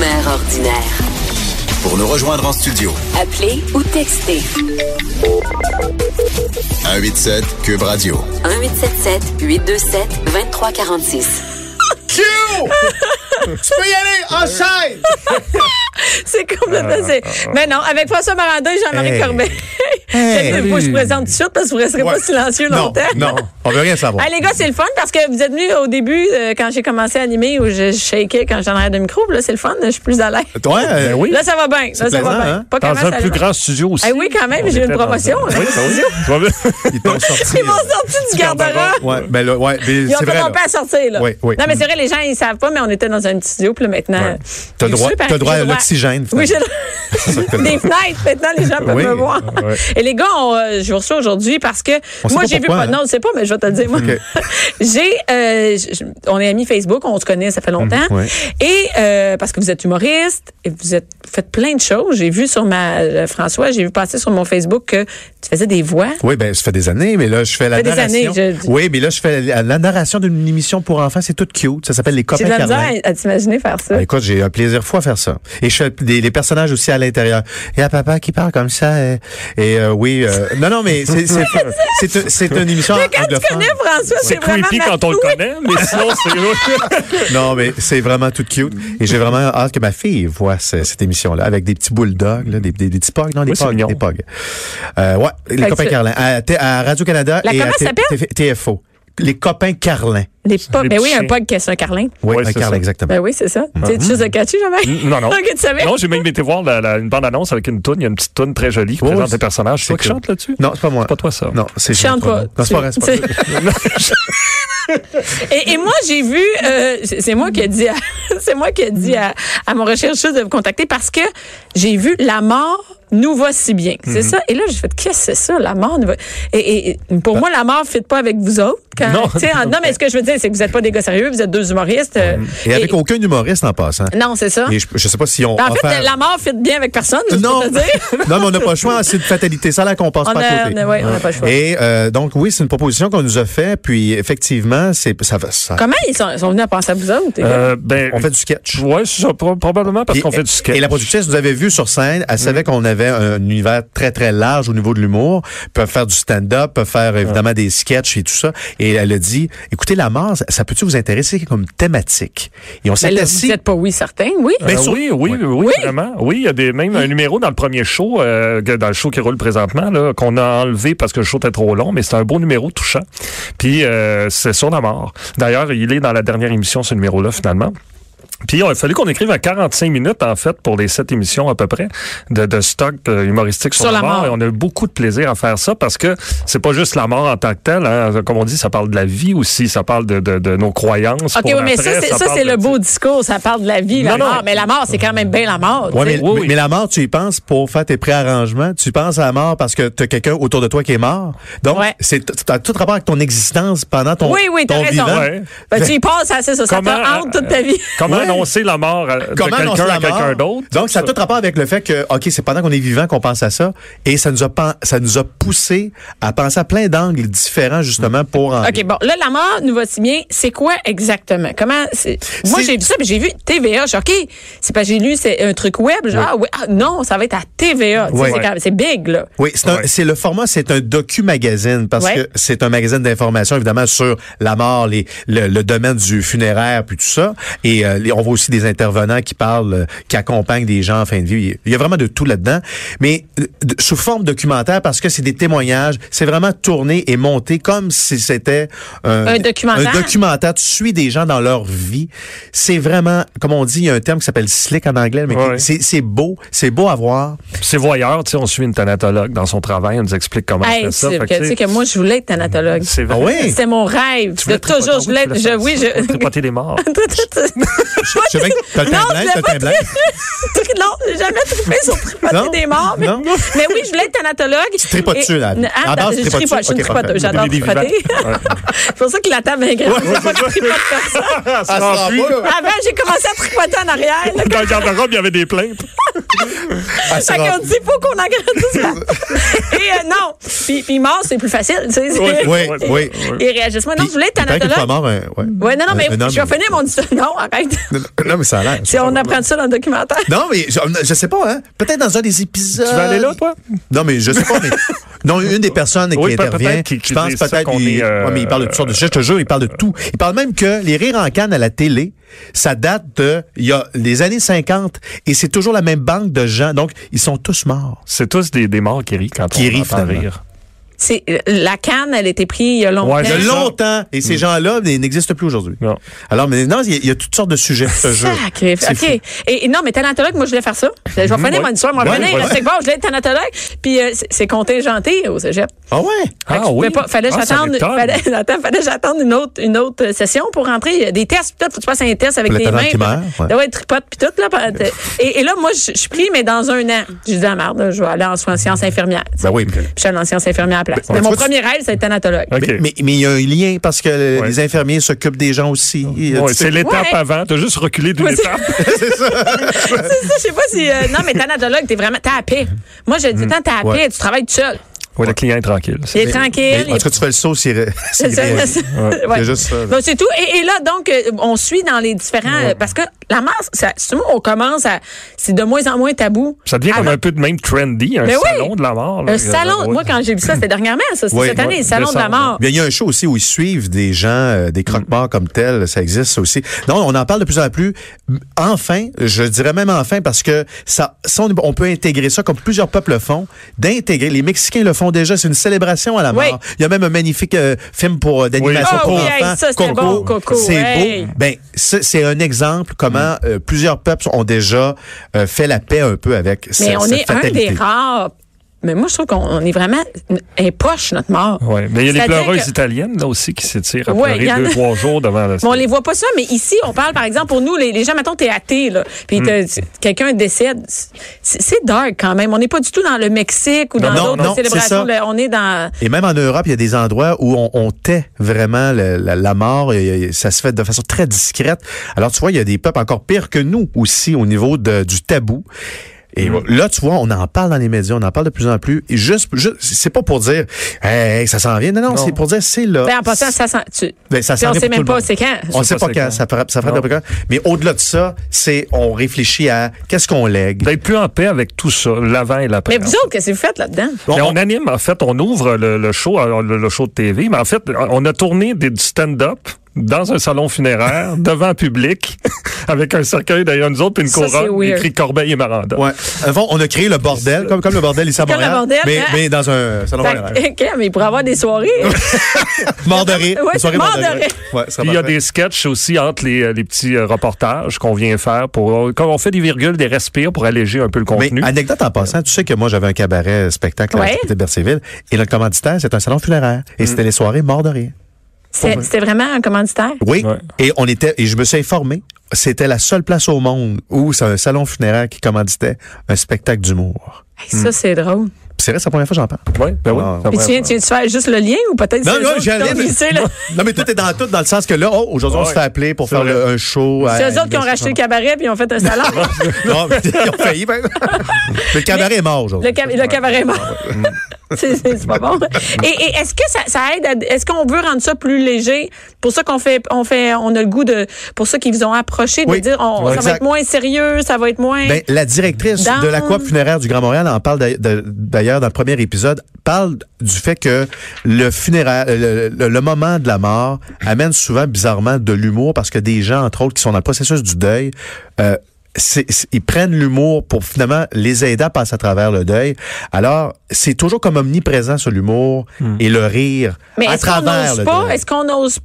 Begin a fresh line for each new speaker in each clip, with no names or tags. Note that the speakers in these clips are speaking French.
Mère ordinaire.
Pour nous rejoindre en studio,
Appelez ou textez.
187 Cube Radio.
1877 827 2346.
Q! tu peux y aller, enchaîne!
C'est complètement. c'est- Mais non, avec François Maranda et Jean-Marie
Hey.
Corbeil.
Hey.
Moi, je présente tout de suite parce que vous ne resterez
Ouais.
pas silencieux
Non,
longtemps.
non, on veut rien savoir.
Ah, les gars, c'est le fun parce que vous êtes venus au début, euh, quand j'ai commencé à animer, où je shakeais quand j'en avais de micro. Là, c'est le fun, je suis plus à l'aise.
Toi, euh, oui.
Là, ça va bien. Là, ça
plaisant,
va bien.
hein?
Pas
Dans
comment
un
ça
plus
va.
grand studio aussi.
Eh oui, quand même,
On
j'ai
était
une
dans un-
promotion. hein?
ben
Oui, bah oui. Tu vas bien?
Ils t'ont sorti.
Ils m'ont
euh,
sorti du garde-robe.
Ouais, ben là, ouais, mais
Ils ont
c'est vrai. là.
commencé à sortir, là.
Oui, oui.
Non, mais c'est vrai, les gens, ils savent pas, mais on était dans un petit studio, puis là, maintenant.
Ouais. T'as
c'est
droit-
super,
t'as droit à
j'ai
l'oxygène,
Oui, j'ai
finalement. ça que t'as
Des fenêtres, maintenant, les gens peuvent
Oui, Ah,
me voir.
ouais.
Et les gars, on, euh, je vous reçois aujourd'hui parce que
On sait
moi,
pas
j'ai vu
pourquoi,
pas.
hein.
Non, je sais pas, mais je vais te le dire, moi.
OK.
j'ai. euh, j- j- on est amis Facebook, on se connaît, ça fait longtemps.
Mhm, ouais.
Et euh, parce que vous êtes humoriste, et vous êtes vous faites plein de choses. J'ai vu sur ma. euh, François, j'ai vu passer sur mon Facebook que tu faisais des voix.
Oui, ben ça fait des années, mais là je fais la
Ça fait des
narration.
années, je-
Oui, mais là je fais la, la narration d'une émission pour enfants, c'est toute cute. Ça s'appelle Les
J'ai
copains
de la misère
Carlin.
à- à t'imaginer faire ça.
Ah, écoute, j'ai un plaisir fou à faire ça. Et je fais des, les personnages aussi à l'intérieur. Il y a papa qui parle comme ça. euh, Et, euh, oui, euh, non, non, mais c'est c'est c'est- c'est une émission
Mais quand tu
anglophone.
connais François,
C'est
c'est vraiment
creepy
ma-
quand on le
Oui.
connaît, mais sinon, c'est.
Non, mais c'est vraiment tout cute. Et j'ai vraiment hâte que ma fille voit ce- cette émission-là, avec des petits bulldogs, là, des, des, des petits pogs. Non, des
Oui, c'est
pogs.
mignon.
Des pogs. Euh, ouais, les
que
copains
tu-
Carlin. À, T- à Radio-Canada
La
et à
comment
T-
ça s'appelle?
T- TFO. Les copains Carlin.
Les pop-
Les
ben
petits
oui, un
chiens.
pog qui est un carlin.
Oui,
Ouais,
un
c'est
Carlin,
ça.
exactement.
Ben oui, c'est ça. Tu sais, tu choses de catchy, jamais?
Non, non.
Ok, tu savais?
Non, j'ai même été voir la- la- une bande-annonce avec une toune. Il y a une petite toune très jolie qui
Oh,
présente
c'est-
des personnages. C'est toi qui
cool.
chantes là-dessus?
Non, c'est pas moi.
C'est pas toi, ça.
Non, c'est
Je chante pas.
Non, c'est pas vrai, c'est pas vrai.
et, et moi, j'ai vu, euh, c'est c'est moi qui ai dit, à, c'est moi qui ai dit à, à mon rechercheur de me contacter parce que j'ai vu la mort nous va si bien. C'est
Mhm.
ça. Et là, j'ai fait, qu'est-ce que c'est ça, la mort nous va. Et, et- et pour moi, la mort ne fit pas avec vous autres. Quand,
Ben Non.
tu sais, en- non, mais ce que je veux dire, c'est que vous n'êtes pas des gars sérieux, vous êtes deux humoristes. euh,
Et avec aucun humoriste en passant.
Non, c'est ça.
Et je, je sais pas si on.
Ben, en fait,
enfin-
la mort fit bien avec personne, je
non.
peux te dire.
non, mais on n'a pas le choix, c'est une fatalité. Ça, là, qu'on passe
On
pas
a-
à côté.
on a- ouais, on n'a pas le choix.
Et euh, donc, oui, c'est une proposition qu'on nous a fait, puis effectivement, c'est ça, va- ça
Comment ils sont, ils sont venus à penser à vous autres? les gars?
Euh, ben,
on fait du sketch.
Ouais, c'est ça, pro- probablement parce
Puis,
qu'on fait du sketch. Mm.
Et la productrice nous avait vu sur scène. Elle savait qu'on avait un univers très, très large au niveau de l'humour. Peuvent faire du stand-up, peuvent faire évidemment des sketchs et tout ça. Et elle a dit, écoutez, la mort, ça, ça peut-tu vous intéresser comme thématique? Et on
Ben
s'est
là, vous
assis.
n'êtes pas oui, certain, oui.
Ben,
sur-
oui, oui, oui, vraiment. Oui, il y a des, même un numéro dans le premier show, euh, que- dans le show qui roule présentement, là, qu'on a enlevé parce que le show était trop long, mais c'est un beau numéro touchant. Puis euh, c'est sur la mort. D'ailleurs, il est dans la dernière émission, ce numéro-là, finalement. Puis il a fallu qu'on écrive à 45 minutes, en fait, pour les sept émissions à peu près, de, de stock euh, humoristique sur,
Sur la
la mort.
mort.
Et on a eu beaucoup de plaisir à faire ça parce que c'est pas juste la mort en tant que telle. hein. Comme on dit, ça parle de la vie aussi, ça parle de, de- de nos croyances.
OK,
pour
oui, mais
l'après,
ça, c'est, ça,
parle
c'est
de-
le beau discours. Ça parle de la vie, la
Non, non.
mort. Mais la mort, c'est quand même bien la mort.
Ouais,
tu
mais,
sais.
oui,
mais-
oui.
mais la mort, tu y penses pour faire tes préarrangements. Tu penses à la mort parce que tu as quelqu'un autour de toi qui est mort. Donc,
Ouais.
c'est t'as tout rapport avec ton existence pendant ton,
oui, oui, t'as
ton
raison.
vivant.
Ouais. euh,
Ben, tu y passes assez, ça. Ça te hante toute ta vie.
Comment
Ouais.
annoncer la mort à- de
Comment annoncer
quelqu'un
la
à quelqu'un
mort?
d'autre?
Donc, ça a tout rapport avec le fait que, OK, c'est pendant qu'on est vivant qu'on pense à ça. Et ça nous a, pen- ça nous a poussé à penser à plein d'angles différents, justement, pour en.
OK, bon, là, la mort nous va si bien. C'est quoi exactement? Comment. c'est- Moi,
C'est-
j'ai vu ça, puis j'ai vu TVA. Je suis OK. C'est parce que j'ai lu c'est un truc web. Genre, ah, oui, ah, non, ça va être à TVA. Tu sais,
Ouais.
C'est, quand- c'est big, là.
Oui, c'est un- c'est le format, c'est un docu-magazine parce
Ouais.
que c'est un magazine d'information évidemment sur la mort, les, le, le domaine du funéraire puis tout ça. Et euh, les- on, on voit aussi des intervenants qui parlent, euh, qui accompagnent des gens en fin de vie. Il y a vraiment de tout là-dedans, mais euh, de- sous forme documentaire parce que c'est des témoignages. C'est vraiment tourné et monté comme si c'était
Un documentaire.
un documentaire. Tu suis des gens dans leur vie. C'est vraiment, comme on dit, il y a un terme qui s'appelle slick en anglais, mais qui-
Ouais.
c'est c'est beau, c'est beau à voir.
C'est voyeur, tu sais, on suit une thanatologue dans son travail, elle nous explique comment elle
Hey,
fait
tu
ça.
sais
Fait
que, tu sais que moi, je voulais être thanatologue.
c'est
Ah
vrai.
oui?
C'était mon rêve.
Tu
de
voulais tripoter-
toujours, je voulais être,
tu
je, oui,
faire ça,
je,
tripoter des morts.
Je sais bien que t'as le
Non,
teint
je
blanc,
voulais
t'as le
pas
teint blanc.
Tri- Non, j'ai jamais trippé sur
Non?
tripoter des morts. Mais,
Non?
mais oui, je voulais être thanatologue. Tu
tripotes dessus, là. À base,
je
tu tripotes
tripote, je suis une
dessus. Ok, parfait.
tripoteuse. J'adore
Des
tripoter. C'est pour ça que la table est grande. Je pas que je tripote personne.
Ah, ça
Ah,
en
ça
fuit.
va, là.
Avant, j'ai commencé à tripoter en arrière. là,
Dans le garde-robe, il y avait des plaintes.
Ah, ça
Fait
va.
qu'on dit, faut qu'on agrandisse la... Et euh, non. Puis, puis mort, c'est plus facile. tu sais.
Ouais,
Oui,
Ouais.
oui.
Ils réagissent. Moi, non, je voulais être
Il paraît que le
thanatologue.
mort, un- ouais.
Oui, non, non, mais
Un- un homme.
je vais finir mon histoire. Non, arrête.
Non, mais ça a l'air.
Si on apprend ça dans le documentaire.
Non, mais je, je sais pas, hein. Peut-être dans un des épisodes.
Tu vas aller là, toi?
Non, mais je sais pas, mais. Non, une des personnes
Oui,
qui
peut-
intervient,
peut-être qu'il-
je
qu'il
pense
dise ça
peut-être.
qu'on
il-
est, euh,
ouais, mais il parle de toutes sortes de choses. Je te jure, il parle de tout. Il parle même que les rires en canne à la télé, ça date de, il y a les années 50, et c'est toujours la même banque de gens. Donc, ils sont tous morts.
C'est tous des, des morts qui rient quand
Qui
on
rient,
entend
finalement.
rire.
C'est, euh, la canne, elle a été prise il y a longtemps.
Ouais,
Il y a
Ben,
longtemps, et ces gens-là ils n'existent plus aujourd'hui.
Non.
Alors, mais non, il y a- il y, a toutes sortes de sujets, ce jeu.
Sacré.
C'est fou.
OK. Et, et non, mais thanatologue, moi, je voulais faire ça. Je vais finir
ouais.
mon histoire. Moi, je
Ouais,
venais,
ouais.
je sais que bon, je voulais être thanatologue. Puis euh, c'est- c'est contingenté au cégep.
Ah ouais?
Fait que je pouvais pas- fallait que
Ah, ça
j'attende,
m'étonne.
fallait, attends, fallait que j'attende une autre, une autre session pour rentrer. Il y a des tests, peut-être, faut que tu passes un test avec
Le
tes
talent
mains.
qui meurt,
puis-
ouais.
ouais, tripote, puis tout, là. puis- Et, et là, moi, je je suis pris, mais dans un an. J'ai dit, ah, merde, je vais aller en soins- sciences infirmières. tu sais.
Ben oui, mais-
Puis je suis allée en sciences infirmières à place.
Ben,
mais
tu
mon
vois, tu-
premier rêve, c'est thanatologue.
OK.
Mais- Mais mais il y a un lien parce que
Ouais.
les infirmiers s'occupent des gens aussi.
Ouais,
Tu sais,
c'est l'étape
Ouais.
avant. T'as juste reculé d'une
Ouais, c'est-
étape.
C'est ça, je sais pas si. euh, non, mais thanatologue, t'es vraiment. T'es à paix. Moi, je dis, tant t'es à
Mm-hmm. Ouais.
paix, tu travailles tout seul.
Oui, le client est tranquille.
Il est
Mais-
tranquille.
mais en tout cas, tu fais le saut, c'est.
C'est ça, c'est ça. Ouais.
C'est juste ça, là.
Donc, c'est tout. Et, et là, donc, euh, on suit dans les différents. euh, Parce que la masse, ça, souvent, on commence à. C'est de moins en moins tabou.
Ça devient comme
Avant-
un peu de même trendy, un
Ah, Mais oui.
salon de la mort. là.
Un salon.
Ouais.
Moi, quand j'ai vu ça, c'était dernièrement, ça. C'est
Oui,
cette année,
oui,
le salon de la
décembre,
mort.
Bien, il y a un show aussi où ils suivent des gens, euh, des croque-morts comme tels, ça existe ça aussi. Non, on en parle de plus en plus. Enfin, je dirais même enfin parce que ça, ça, on, on peut intégrer ça comme plusieurs peuples le font, d'intégrer. Les Mexicains le font déjà, c'est une célébration à la mort.
Oui.
Il y a même un magnifique euh, film pour euh, d'animation
Ah
pour
oui, hey,
enfants,
ça, c'était bon, Coco,
C'est
hey. Mm.
beau. Ben, c'est c'est un exemple comment euh, plusieurs peuples ont déjà euh, fait la paix un peu avec
Mais
cette,
on
cette
est
fatalité.
un des rares. Mais moi, je trouve qu'on on est vraiment. Elle poche, notre mort.
Ouais. Mais il y a les
C'est-à-dire
pleureuses
que-
italiennes là aussi qui s'étirent à
Ouais, il y en
pleurer deux,
a-
trois jours devant la
Mais on les voit pas ça, mais ici, on parle, par exemple, pour nous, les, les gens, mettons, t'es athée, là, puis
Hmm.
t'as- tu- quelqu'un décède. C'est c'est dark quand même. On n'est pas du tout dans le Mexique ou dans
Non, non,
d'autres
non, c'est ça. Ah.
célébrations. là. on est dans.
Et même en Europe, il y a des endroits où on, on tait vraiment le- la, la mort. et, et ça se fait de façon très discrète. Alors, tu vois, il y a des peuples encore pires que nous aussi au niveau de- du tabou. Et là, tu vois, on en parle dans les médias, on en parle de plus en plus. Et juste, juste- c'est pas pour dire, hey, hey, ça s'en vient. Non, non,
Non.
c'est pour dire, c'est là.
Ben, en passant, ça sent. Tu,
Ben, ça
puis
s'en
on
vient
sait
pour
même
tout le
pas
monde.
c'est quand.
on
c'est
sait
pas
pas
c'est
quand,
quand.
ça fera, ça fera
Non.
pas quand. Mais au-delà de ça, c'est, on réfléchit à qu'est-ce qu'on lègue.
D'être plus en paix avec tout ça, l'avant et l'après.
Mais vous autres, qu'est-ce que vous faites là-dedans?
Mais on, anime, en fait, on ouvre le, le show, euh, le, le show de TV, mais en fait, on a tourné des, du stand-up dans un salon funéraire, devant public, avec un cercueil derrière nous autres, puis une
Ça, c'est
couronne,
weird.
écrit Corbeil et Maranda.
Ouais. Avant, on a créé le bordel, comme, comme le bordel ici à
Comme le
Montréal.
bordel,
mais,
hein.
mais dans un salon
Fait
funéraire.
que- OK, mais il pourrait avoir des soirées.
Mort de rire.
Ouais,
Une
c'est
soirée
mort de rire.
Ouais, ça
Puis il y a
parfait.
des sketchs aussi entre les, euh, les petits euh, reportages qu'on vient faire pour euh, quand on fait des virgules, des respires pour alléger un peu le
Mais
contenu.
anecdote en passant, tu sais que moi j'avais un cabaret euh, spectacle à la
Ouais.
Cité de Bercéville et le commanditaire c'est un salon funéraire
Mm.
et c'était les soirées morts de rire.
C'est- C'était vraiment un commanditaire.
Oui,
Ouais.
et on était et je me suis informé, c'était la seule place au monde où c'est un salon funéraire qui commanditait un spectacle d'humour.
Hey, ça, c'est drôle.
Puis C'est vrai, c'est la première fois que j'en parle.
Ouais, ben oui,
Ah,
ça
Puis
va.
tu viens, tu viens de faire juste le lien ou peut-être
Non,
c'est eux
non,
autres qui
j'allais,
t'ont
mais-
glissé, là?
Non mais tout est dans tout dans le sens que là, oh, aujourd'hui on
Ouais.
se fait appeler pour
C'est
faire
vrai.
le- un show. à-
C'est eux autres qui ont racheté le cabaret puis ils ont fait un salon.
Non, ils ont failli. ben. Le cabaret est mort aujourd'hui.
Le, cab- le cabaret mort. c'est c'est- c'est pas bon. Et, et est-ce que ça, ça aide? à- Est-ce qu'on veut rendre ça plus léger? Pour ça qu'on fait, on fait, on a le goût de, pour ceux qui vous ont approché, de
Oui.
dire, on-
Ouais,
ça
exact.
va être moins sérieux, ça va être moins.
Ben, la directrice
Dans-
de la coop funéraire du Grand Montréal en parle d'ailleurs- d'ailleurs d'ailleurs, dans le premier épisode, parle du fait que le funéraire, le, le- le moment de la mort amène souvent bizarrement de l'humour parce que des gens, entre autres, qui sont dans le processus du deuil, euh, c'est- c'est- ils prennent l'humour pour finalement les aider à passer à travers le deuil. Alors, c'est toujours comme omniprésent sur l'humour et le rire
Mais
à
est-ce qu'on
travers
n'ose
le
pas?
deuil.
Est-ce qu'on n'ose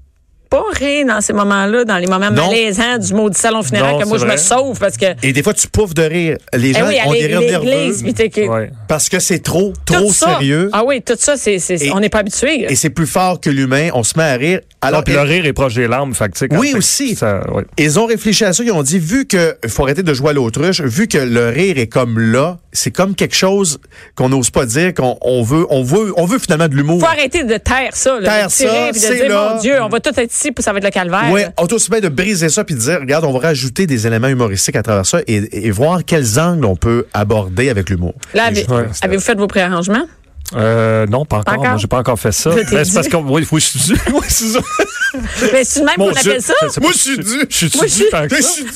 pas rire dans ces moments-là, dans les moments
Non.
malaisants du mot du salon funéraire
Non,
que moi
c'est
je me
vrai.
sauve parce que.
Et des fois, tu pouffes de rire. Les
Eh
gens
oui, à
ont des
l'é-
rires nerveux
l'église, puis t'es que-
Ouais.
parce que c'est trop,
tout
trop
ça.
sérieux.
Ah oui, tout ça, c'est, c'est-
Et-
on n'est pas habitué.
Et c'est plus fort que l'humain. On se met à rire.
Alors,
Alors,
puis le rire est proche des larmes, fait que, tu sais, quand
Oui,
t'es-
aussi.
ça- ouais.
Ils ont réfléchi à ça, ils ont dit, vu que faut arrêter de jouer à l'autruche, vu que le rire est comme là, c'est comme quelque chose qu'on n'ose pas dire, qu'on on veut, on veut, on veut finalement de l'humour.
faut arrêter de taire ça, là,
Taire
de tirer puis
ça,
de
c'est
dire,
là.
mon Dieu, on va tout être ici, puis ça va être le calvaire.
Ouais, on doit aussi bien de briser ça puis de dire, regarde, on va rajouter des éléments humoristiques à travers ça et, et voir quels angles on peut aborder avec l'humour.
Là,
Et
avez-
je-
Ouais,
c'était-
avez-vous fait vos préarrangements?
Euh, non, pas encore.
Pas encore?
Moi, j'ai pas encore fait ça.
Je t'ai
Ben, c'est parce
dit.
que. Oui, oui, je suis dû. Oui, c'est ça.
Mais Ben, c'est le même
Mon
qu'on
Dieu,
appelle ça?
je sais pas,
Moi, je suis dû.
Je suis dû
Moi, je suis-
tant que
Je
ça. Ah,
suis dû.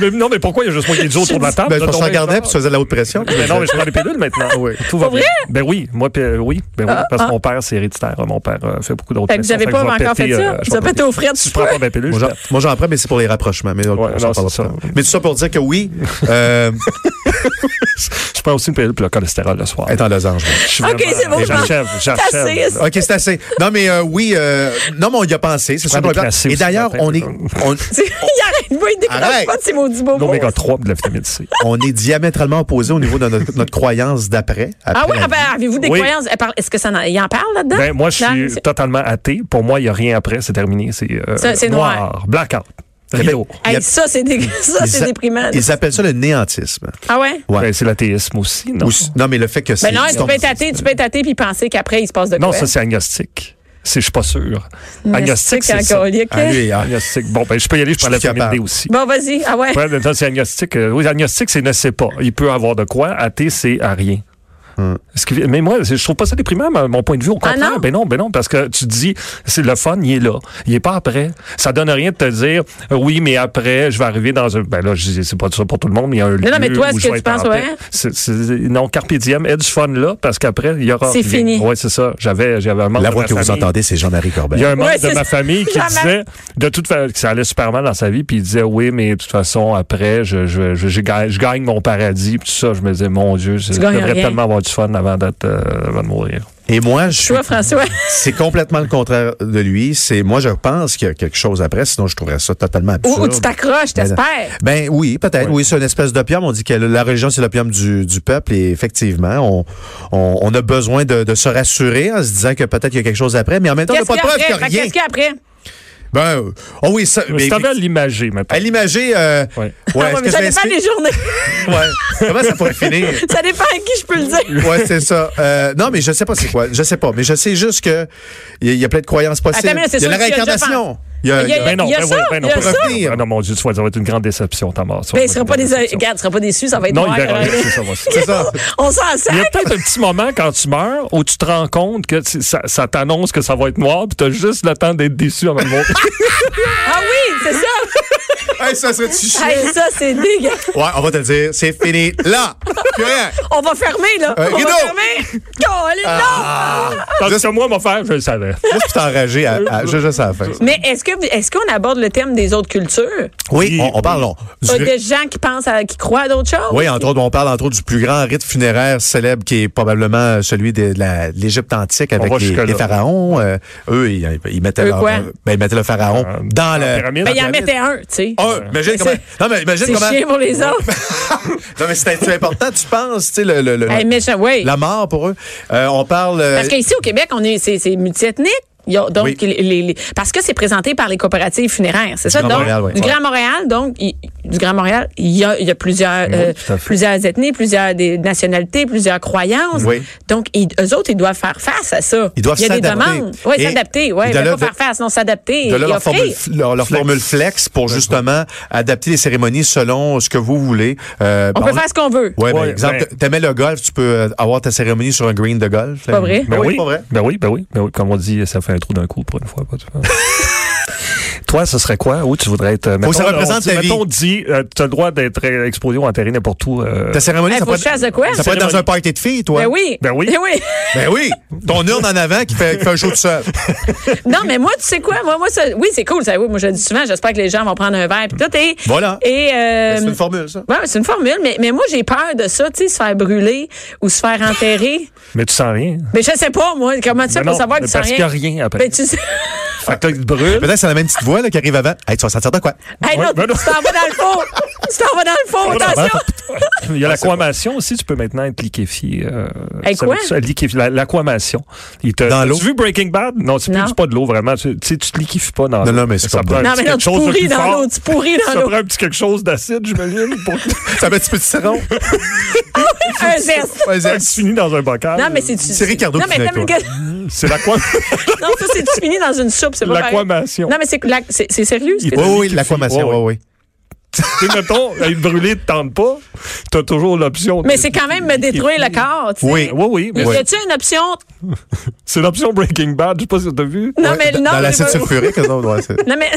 Mais non, mais pourquoi il y a juste moi qui est dû autour de la table?
Ben, c'est
T'as
parce qu'on
tombé
regardait
ça.
puis tu faisais Ah de la haute pression.
Mais non, mais je prends des pilules maintenant. Tout va bien. Ben oui, moi, puis, euh, oui, ben oui, parce que mon père, c'est héréditaire. Mon père euh, fait beaucoup d'autres
Ah, Fait que vous
choses.
avez pas encore fait ça? Vous avez été aux frais de
Si euh, je prends pas ma pilule,
Moi,
je
j'en- Moi, j'en prends, mais c'est pour les rapprochements. Mais, on-
Ouais,
on s'en
non,
parlera
c'est
plus tard.
ça.
mais tout ça pour dire que oui, euh,
je prends aussi une pilule pour le cholestérol le soir.
est en losange. moi.
Je suis
OK,
vraiment-
c'est bon, je
J'achève,
pense.
j'achève.
T'as assez.
OK, c'est assez. Non, mais euh, oui, euh, non, mais on y a pensé. C'est ça
Prends
le
des
plan.
classés
Et
aussi
d'ailleurs,
ce matin,
on est, on,
il arrête pas, il décroche
Arrête.
pas de ces maudits beaux mots.
L'oméga 3 de la vitamine C.
on est diamétralement opposés au niveau de notre, notre croyance d'après.
Ah
Après
oui,
la
ah ben, avez-vous des
Oui.
croyances? Elle parle- Est-ce que ça en, il en parle là-dedans?
Ben, moi, je
Non,
suis
Hein? c'est-
totalement athée. Pour moi, il n'y a rien après. C'est terminé. C'est euh,
Ça, c'est
noir.
noir.
Blackout.
Eh ben,
Rideau.
Hey,
il y a-
ça, c'est dé- ça,
Ils
c'est
a-
déprimant.
Ils appellent ça le néantisme.
Ah ouais?
Ouais.
Ben, c'est l'athéisme aussi, non?
Ou s- non, mais le fait que c'est.
Ben non,
tu
tu
tombes-
peux être athée, tu peux être athée puis penser qu'après, il se passe de quoi?
non, ça, c'est agnostique. C'est, je suis pas sûr.
Agnostique,
Agnostique, c'est ça.
alcoolique.
Ah, lui, ah.
Agnostique. Bon, ben, je peux y aller. Je prends
suis
la
plus
vitamine D
capable.
aussi.
Bon, vas-y. Ah ouais?
Ouais, en même temps, c'est agnostique. Euh, oui, agnostique, c'est ne sait pas. Il peut avoir de quoi. Athée, c'est à rien. Ce qui- mais moi, je trouve pas ça déprimant, mais mon point de vue. Au
Hmm. Ah
contraire,
non?
ben non, ben non, parce que tu te dis, c'est le fun, il est là. Il est pas après. Ça donne rien de te dire, euh, oui, mais après, je vais arriver dans un. Ben là, je dis, c'est pas ça pour tout le monde, mais il y a un lieu.
non, mais toi,
où
est-ce
je
que
vais
tu
être en
penses,
paix.
ouais?
C'est- c'est- Non, Carpe Diem, aie du fun là, parce qu'après, il y aura.
C'est fini.
Oui, c'est ça. J'avais, j'avais un membre
La
de
voix
ma
que vous
famille.
entendez, c'est Jean-Marie
Il y
Corbet.
a un membre
Ben, Ouais, c'est
de ma
ça.
famille qui
Jamais.
disait de toute façon que ça allait super mal dans sa vie, puis il disait oui, mais de toute façon après je je je, je gagne, je gagne mon paradis, puis tout ça. Je me disais mon Dieu, je
gagnes
devrais
rien.
tellement avoir du fun avant d'être euh, avant de mourir.
Et moi, je
Tu
suis.
vois, François?
C'est complètement le contraire de lui. C'est moi, je pense qu'il y a quelque chose après, sinon je trouverais ça totalement
Ou,
absurde.
ou tu t'accroches, t'espères.
Ben oui, peut-être. Oui, c'est une espèce d'opium. On dit que la religion, c'est l'opium du, du peuple. Et effectivement, on, on, on a besoin de, de se rassurer en se disant que peut-être qu'il y a quelque chose après. Mais en même temps, on n'a
Qu'est-ce
pas
qu'il
de
y a
preuve
après? Fait
que
que
rien.
Qu'est-ce qu'il y a après? Ah
Ben, euh, oh oui, ça.
Si
mais-
t'avais à l'imager maintenant.
à l'imager, euh,
Ouais.
Ah
ouais, est-ce
ouais, mais
que
ça
ça
dépend
inspire-
des journées.
Ouais. Comment ça pourrait finir?
ça dépend à qui je peux le dire.
Ouais, c'est ça. Euh, non, mais je sais pas c'est quoi. Je sais pas. Mais je sais juste que il y, a- il y a plein de croyances possibles.
Attends, mais là, c'est
il y a
sûr
la
que tu y as déjà
réincarnation.
Mais il y a-
Ben non,
il y a
ben
ça,
oui, ben
il
non,
y a
pas
ça.
revenir. Ah non, mon Dieu, tu vois, ça va être une grande déception, ta mort. Ça
Ben,
va
il
être
sera
une
pas
grande
déçu.
déception.
Regarde, il sera pas déçu, ça va être
Non, il
noir. euh,
verra rien, c'est ça, moi, c'est-
C'est ça.
On s'en sert.
Il y a peut-être un petit moment quand tu meurs où tu te rends compte que tu- ça, ça t'annonce que ça va être noir, puis t'as juste le temps d'être déçu avant de mourir.
Ah oui, c'est ça.
Hey, ça serait-tu chiant?
Hey, ça, c'est dégueu.
Ouais, on va te le dire. C'est fini. Là! Plus rien.
On va fermer, là.
Euh, Ah.
On
rideau.
va fermer. Colin, non.
Parce que moi, mon frère, je le savais.
Juste pour t'enrager à, à- je, je sais la fin.
Mais est-ce que est-ce qu'on aborde le thème des autres cultures?
Oui, on, on parle. on-
Euh,
du-
de gens qui pensent à, qui croient à d'autres choses?
oui, entre autres, on parle entre autres du plus grand rite funéraire célèbre qui est probablement celui de la- de l'Égypte antique avec
va
les,
jusque-là.
les pharaons. Euh, eux, ils, ils mettaient
Eux
leur-
quoi?
ben, ils mettaient le pharaon dans
la
le.
Euh, pyramide.
Ben, il en
La pyramide.
mettait un, tu sais.
Oh, imagine comment. Non, mais imagine
C'est
comment.
chiant pour les autres.
non, mais c'est c'est important, tu penses, tu sais, le, le- le-
Hey, méchant, oui.
la mort pour eux. Euh, on parle. euh,
Parce qu'ici, au Québec, on est, c'est, c'est multiethnique. Il y a donc
Oui.
les- les- les- parce que c'est présenté par les coopératives funéraires, c'est ça.
Grand
donc,
Montréal, oui.
Du
Ouais.
Grand Montréal, donc il- du Grand Montréal, il y a, il y a plusieurs, euh,
tout à fait.
plusieurs ethnies, plusieurs des nationalités, plusieurs croyances.
Oui.
Donc, ils, eux autres, ils doivent faire face à ça.
Ils doivent
Il y a des
s'adapter.
demandes. Oui,
Et
s'adapter. Oui,
de
ben,
là,
pas
de-
faire face, non, s'adapter
de
et
là, leur,
offrir.
formule, leur, leur
Flex.
formule flex pour justement adapter les cérémonies selon ce que vous voulez. Euh,
On
ben,
peut faire ce qu'on veut.
Ouais, par
Ouais,
exemple,
ben-
t- t'aimais le golf, tu peux euh, avoir ta cérémonie sur un green de golf.
Pas vrai?
Ben
Ben
oui,
oui,
pas vrai.
Ben oui, ben oui, ben oui. Comme on dit, ça fait un trou d'un coup pour une fois. Pas de- Toi, ce serait quoi? Où tu voudrais être? euh,
que ça représente ta vie.
Mettons, on dit, euh, tu as le droit d'être exposé ou enterré n'importe où. euh,
Ta cérémonie,
Hey,
ça
faut
peut
que je fasse de quoi?
être, ça peut être dans un party de filles, toi.
Ben oui.
Ben oui.
Ben oui.
Ben oui. Ton urne en avant qui fait, qui fait un show tout seul.
non, mais moi, tu sais quoi? Moi, moi, ça, oui, c'est cool. Ça, oui, moi, je le dis souvent, j'espère que les gens vont prendre un verre. Puis tout, et,
Voilà.
Et,
Ben,
euh,
C'est une formule, ça.
Ouais, c'est une formule, mais, mais moi, j'ai peur de ça, tu sais, se faire brûler ou se faire enterrer.
Mais tu sens rien.
mais je sais pas, moi, comment tu fais
Ben
pour
non,
savoir que tu sens
parce
rien?
qu'il y a rien après.
Ben, tu sais.
Fait que là, il te brûle.
Peut-être que c'est la même petite voix là, qui arrive avant. Hey, tu vas sortir de quoi?
Hey, non,
Ouais, ben non. ben,
tu t'en vas dans le fond. tu t'en vas dans le fond, attention.
Il y a l'aquamation aussi, tu peux maintenant être liquéfié. euh,
Hey,
ça
quoi?
veut dire ça, liquéfié, la- L'aquamation. Il te-
Dans l'eau?
Tu vu Breaking Bad? Non, c'est plus-
Non.
c'est pas de l'eau vraiment. Tu tu sais, tu te liquéfies pas dans
Non,
l'eau.
non, mais c'est
Ça
comme-
prend un
Non,
petit
mais non,
quelque
tu
chose de
pourris
plus
dans
fort.
l'eau, tu pourris dans
Ça
l'eau.
prend un petit quelque chose d'acide, j'imagine. Pour...
Ça met un petit peu de citron.
Un zeste.
Ouais,
Ça
c'est-
se finit dans un bocal.
Non, mais c'est tu.
C'est Ricardo
Non,
qui
mais
venait
t'as une
avec toi.
gueule-
C'est l'aqua-
Non, ça, c'est tu finis dans une soupe, c'est pas pareil.
l'aquamation.
Non, mais c'est la- c'est c'est sérieux. ce que
Oui,
tu-
oui, oui, l'aquamation,
Ouais,
oui,
ouais.
oui.
Tu sais, mettons, être brûlé te tente pas, t'as toujours l'option. de-
Mais c'est quand même me détruire le corps, tu sais.
Oui.
Oui, oui, mais
Y a-tu une option?
c'est l'option Breaking Bad. Je sais pas si t'as vu.
Non,
Ouais,
mais
dans-
non.
Dans
mais-
l'acide sulfurique, eux autres, ouais, c'est-
Non, mais.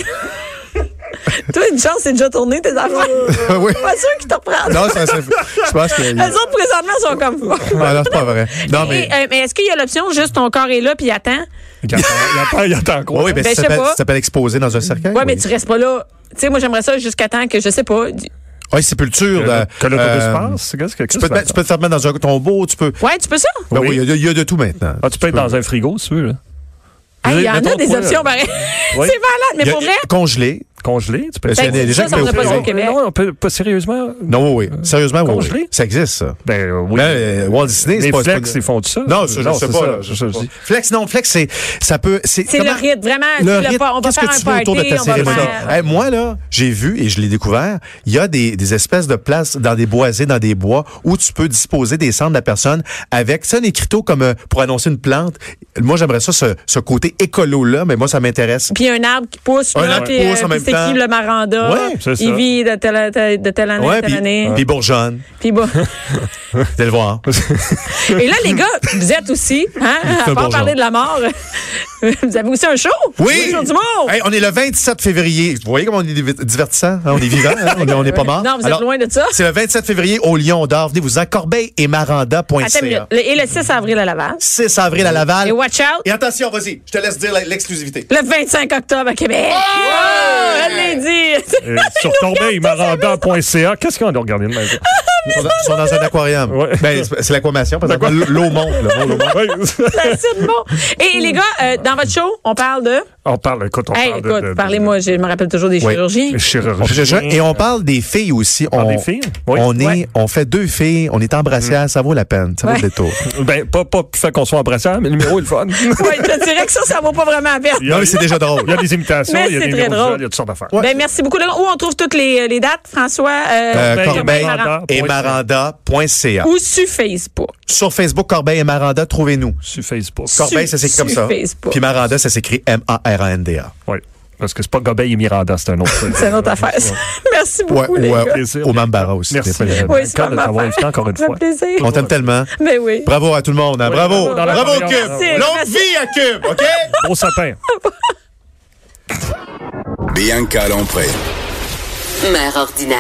Toi, une chance, c'est déjà tourné tes affaires.
Oui.
Pas sûr qu'ils te reprennent.
Non, ça, ça- je pense que.
Les autres, présentement, sont comme.
Ah, non, c'est pas vrai. Non, mais.
Et, euh, mais est-ce qu'il y a l'option juste ton corps est là puis il attend?
Il attend, il attend, il attend quoi?
Oui, ben,
ben,
ça
je sais
s'appelle-
pas.
ça s'appelle exposer dans un cercueil.
Ouais, mais
oui.
tu restes pas là. Tu sais, moi, j'aimerais ça jusqu'à temps que, je sais pas. du-
Oui, sépulture. là,
Que l'autobus
euh,
passe? Qu'est-ce que
Tu peux, te mettre- tu peux te faire mettre dans un tombeau, tu peux.
Ouais, tu peux ça?
Ben oui,
Oui.
il y a- il y, a de tout maintenant.
Ah, tu peux être dans un frigo, si tu veux. là.
Ah, Il y en
Mettons,
a des
toi,
options, pareil.
Oui.
c'est malade, mais
Il y a-
pour vrai.
Congelé.
Congelé, tu peux
Ben,
Ben,
Il y a des gens
ça,
qui
ça, on
le
n'a pas
font.
ça au Québec.
Non, on peut pas sérieusement.
Non, oui, oui. Sérieusement, oui, oui.
Euh, Congelé?
Ça existe, ça.
Ben euh, oui.
Ben, euh, Walt Disney, c'est
les
pas c'est
flex,
pas-
ils font de ça.
Non, ça, je sais
c'est
pas.
ça,
là, je
c'est ça,
sais
je
pas.
dis.
Flex, non, flex, c'est, ça peut, c'est,
C'est le
comment-
rythme, vraiment. tu
Le
sais,
rythme,
le pas- on va
qu'est-ce
faire
que
un
tu veux
party,
autour de ta
on va
cérémonie?
faire-
Eh, moi, là, j'ai vu, et je l'ai découvert, il y a des, des espèces de places dans des boisés, dans des bois, où tu peux disposer des cendres de la personne avec, ça, un écriteau comme euh, pour annoncer une plante. Moi, j'aimerais ça, ce, ce côté écolo-là, mais moi, ça m'intéresse.
Puis un arbre qui pousse,
Un
là,
arbre
puis,
qui pousse
euh, puis
en même
c'est
temps.
qui le maranda?
Ouais,
c'est ça.
Il vit de telle, telle- de telle année à
Ouais,
telle
puis,
année.
puis bourgeonne.
Puis bon.
Vous allez le voir.
Et là, les gars, vous êtes aussi, hein,
C'est un
à
bon
part parler
genre.
de la mort, vous avez aussi un show?
Oui!
Le show du monde!
Hey, on est le 27 février. Vous voyez comment on est div- divertissant? hein? On est vivant, hein? on est- on n'est pas mort.
Non, vous êtes
Alors,
loin de ça.
C'est le 27 février au Lyon d'Or. Venez vous à Corbeil et
Attends une minute.
Maranda.ca.
Le- Et le 6 avril à Laval.
6 avril à Laval.
Et watch out,
Et attention, vas-y, je te laisse dire la- l'exclusivité.
le 25 octobre à Québec. Oh! Elle l'a dit.
Euh, Sur tombeilmaranda.ca, qu'est-ce qu'on a regardé de même?
Ils sont dans- ils sont dans un aquarium.
Ouais.
Ben, c'est c'est l'aquamation, parce que l'eau monte. là. L'eau monte.
Ouais.
C'est bon. Et les gars, euh, dans votre show, on parle de.
On parle, écoute, on
hey,
parle de-
écoute,
de, de-
parlez-moi, je me rappelle toujours des
Oui.
chirurgiens.
de chirurgie.
Et on parle des filles aussi. On,
parle des filles? Oui. Mm.
on, est,
Ouais.
on fait deux filles, on est en brassière, ça vaut la peine, ça vaut le détour.
Ben, pas, pas fait qu'on soit en brassière, mais le numéro est le fun.
Ouais, je te dirais que ça, ça vaut pas vraiment la peine.
Il y a-
Non, mais c'est déjà drôle.
Il y a des imitations,
Mais
il y a
c'est
des
très
numéros
drôle.
visuels, il y a toutes sortes d'affaires.
Ben, merci beaucoup. Là, où on trouve toutes les, les dates, François?
Euh,
Ben,
Corbeil
Maranda.
et Maranda.ca.
Ou sur Facebook.
Sur Facebook, Corbeil et Maranda, trouvez-nous.
Sur Facebook.
Corbeil, ça s'écrit
sur
comme ça.
Facebook.
Puis Maranda, ça s'écrit M-A-R-A-N-D-A.
Oui. Parce que c'est pas Gobeil et Miranda, c'est un autre.
C'est notre affaire. ça. merci
Ouais,
beaucoup, les
ouais,
gars.
plaisir.
au Mambara aussi.
Merci.
des fois, les-
euh,
Oui, c'est
Bianca, de
vraiment
t'avoir invité encore une
Ça fait
fois.
plaisir.
On t'aime tellement.
Mais oui.
Bravo à tout le monde. hein. Bravo.
dans la
Bravo,
première-
Cube.
Merci,
Longue
merci.
vie à Cube, OK?
Beau sapin.
Bianca Lompré.
Mère ordinaire.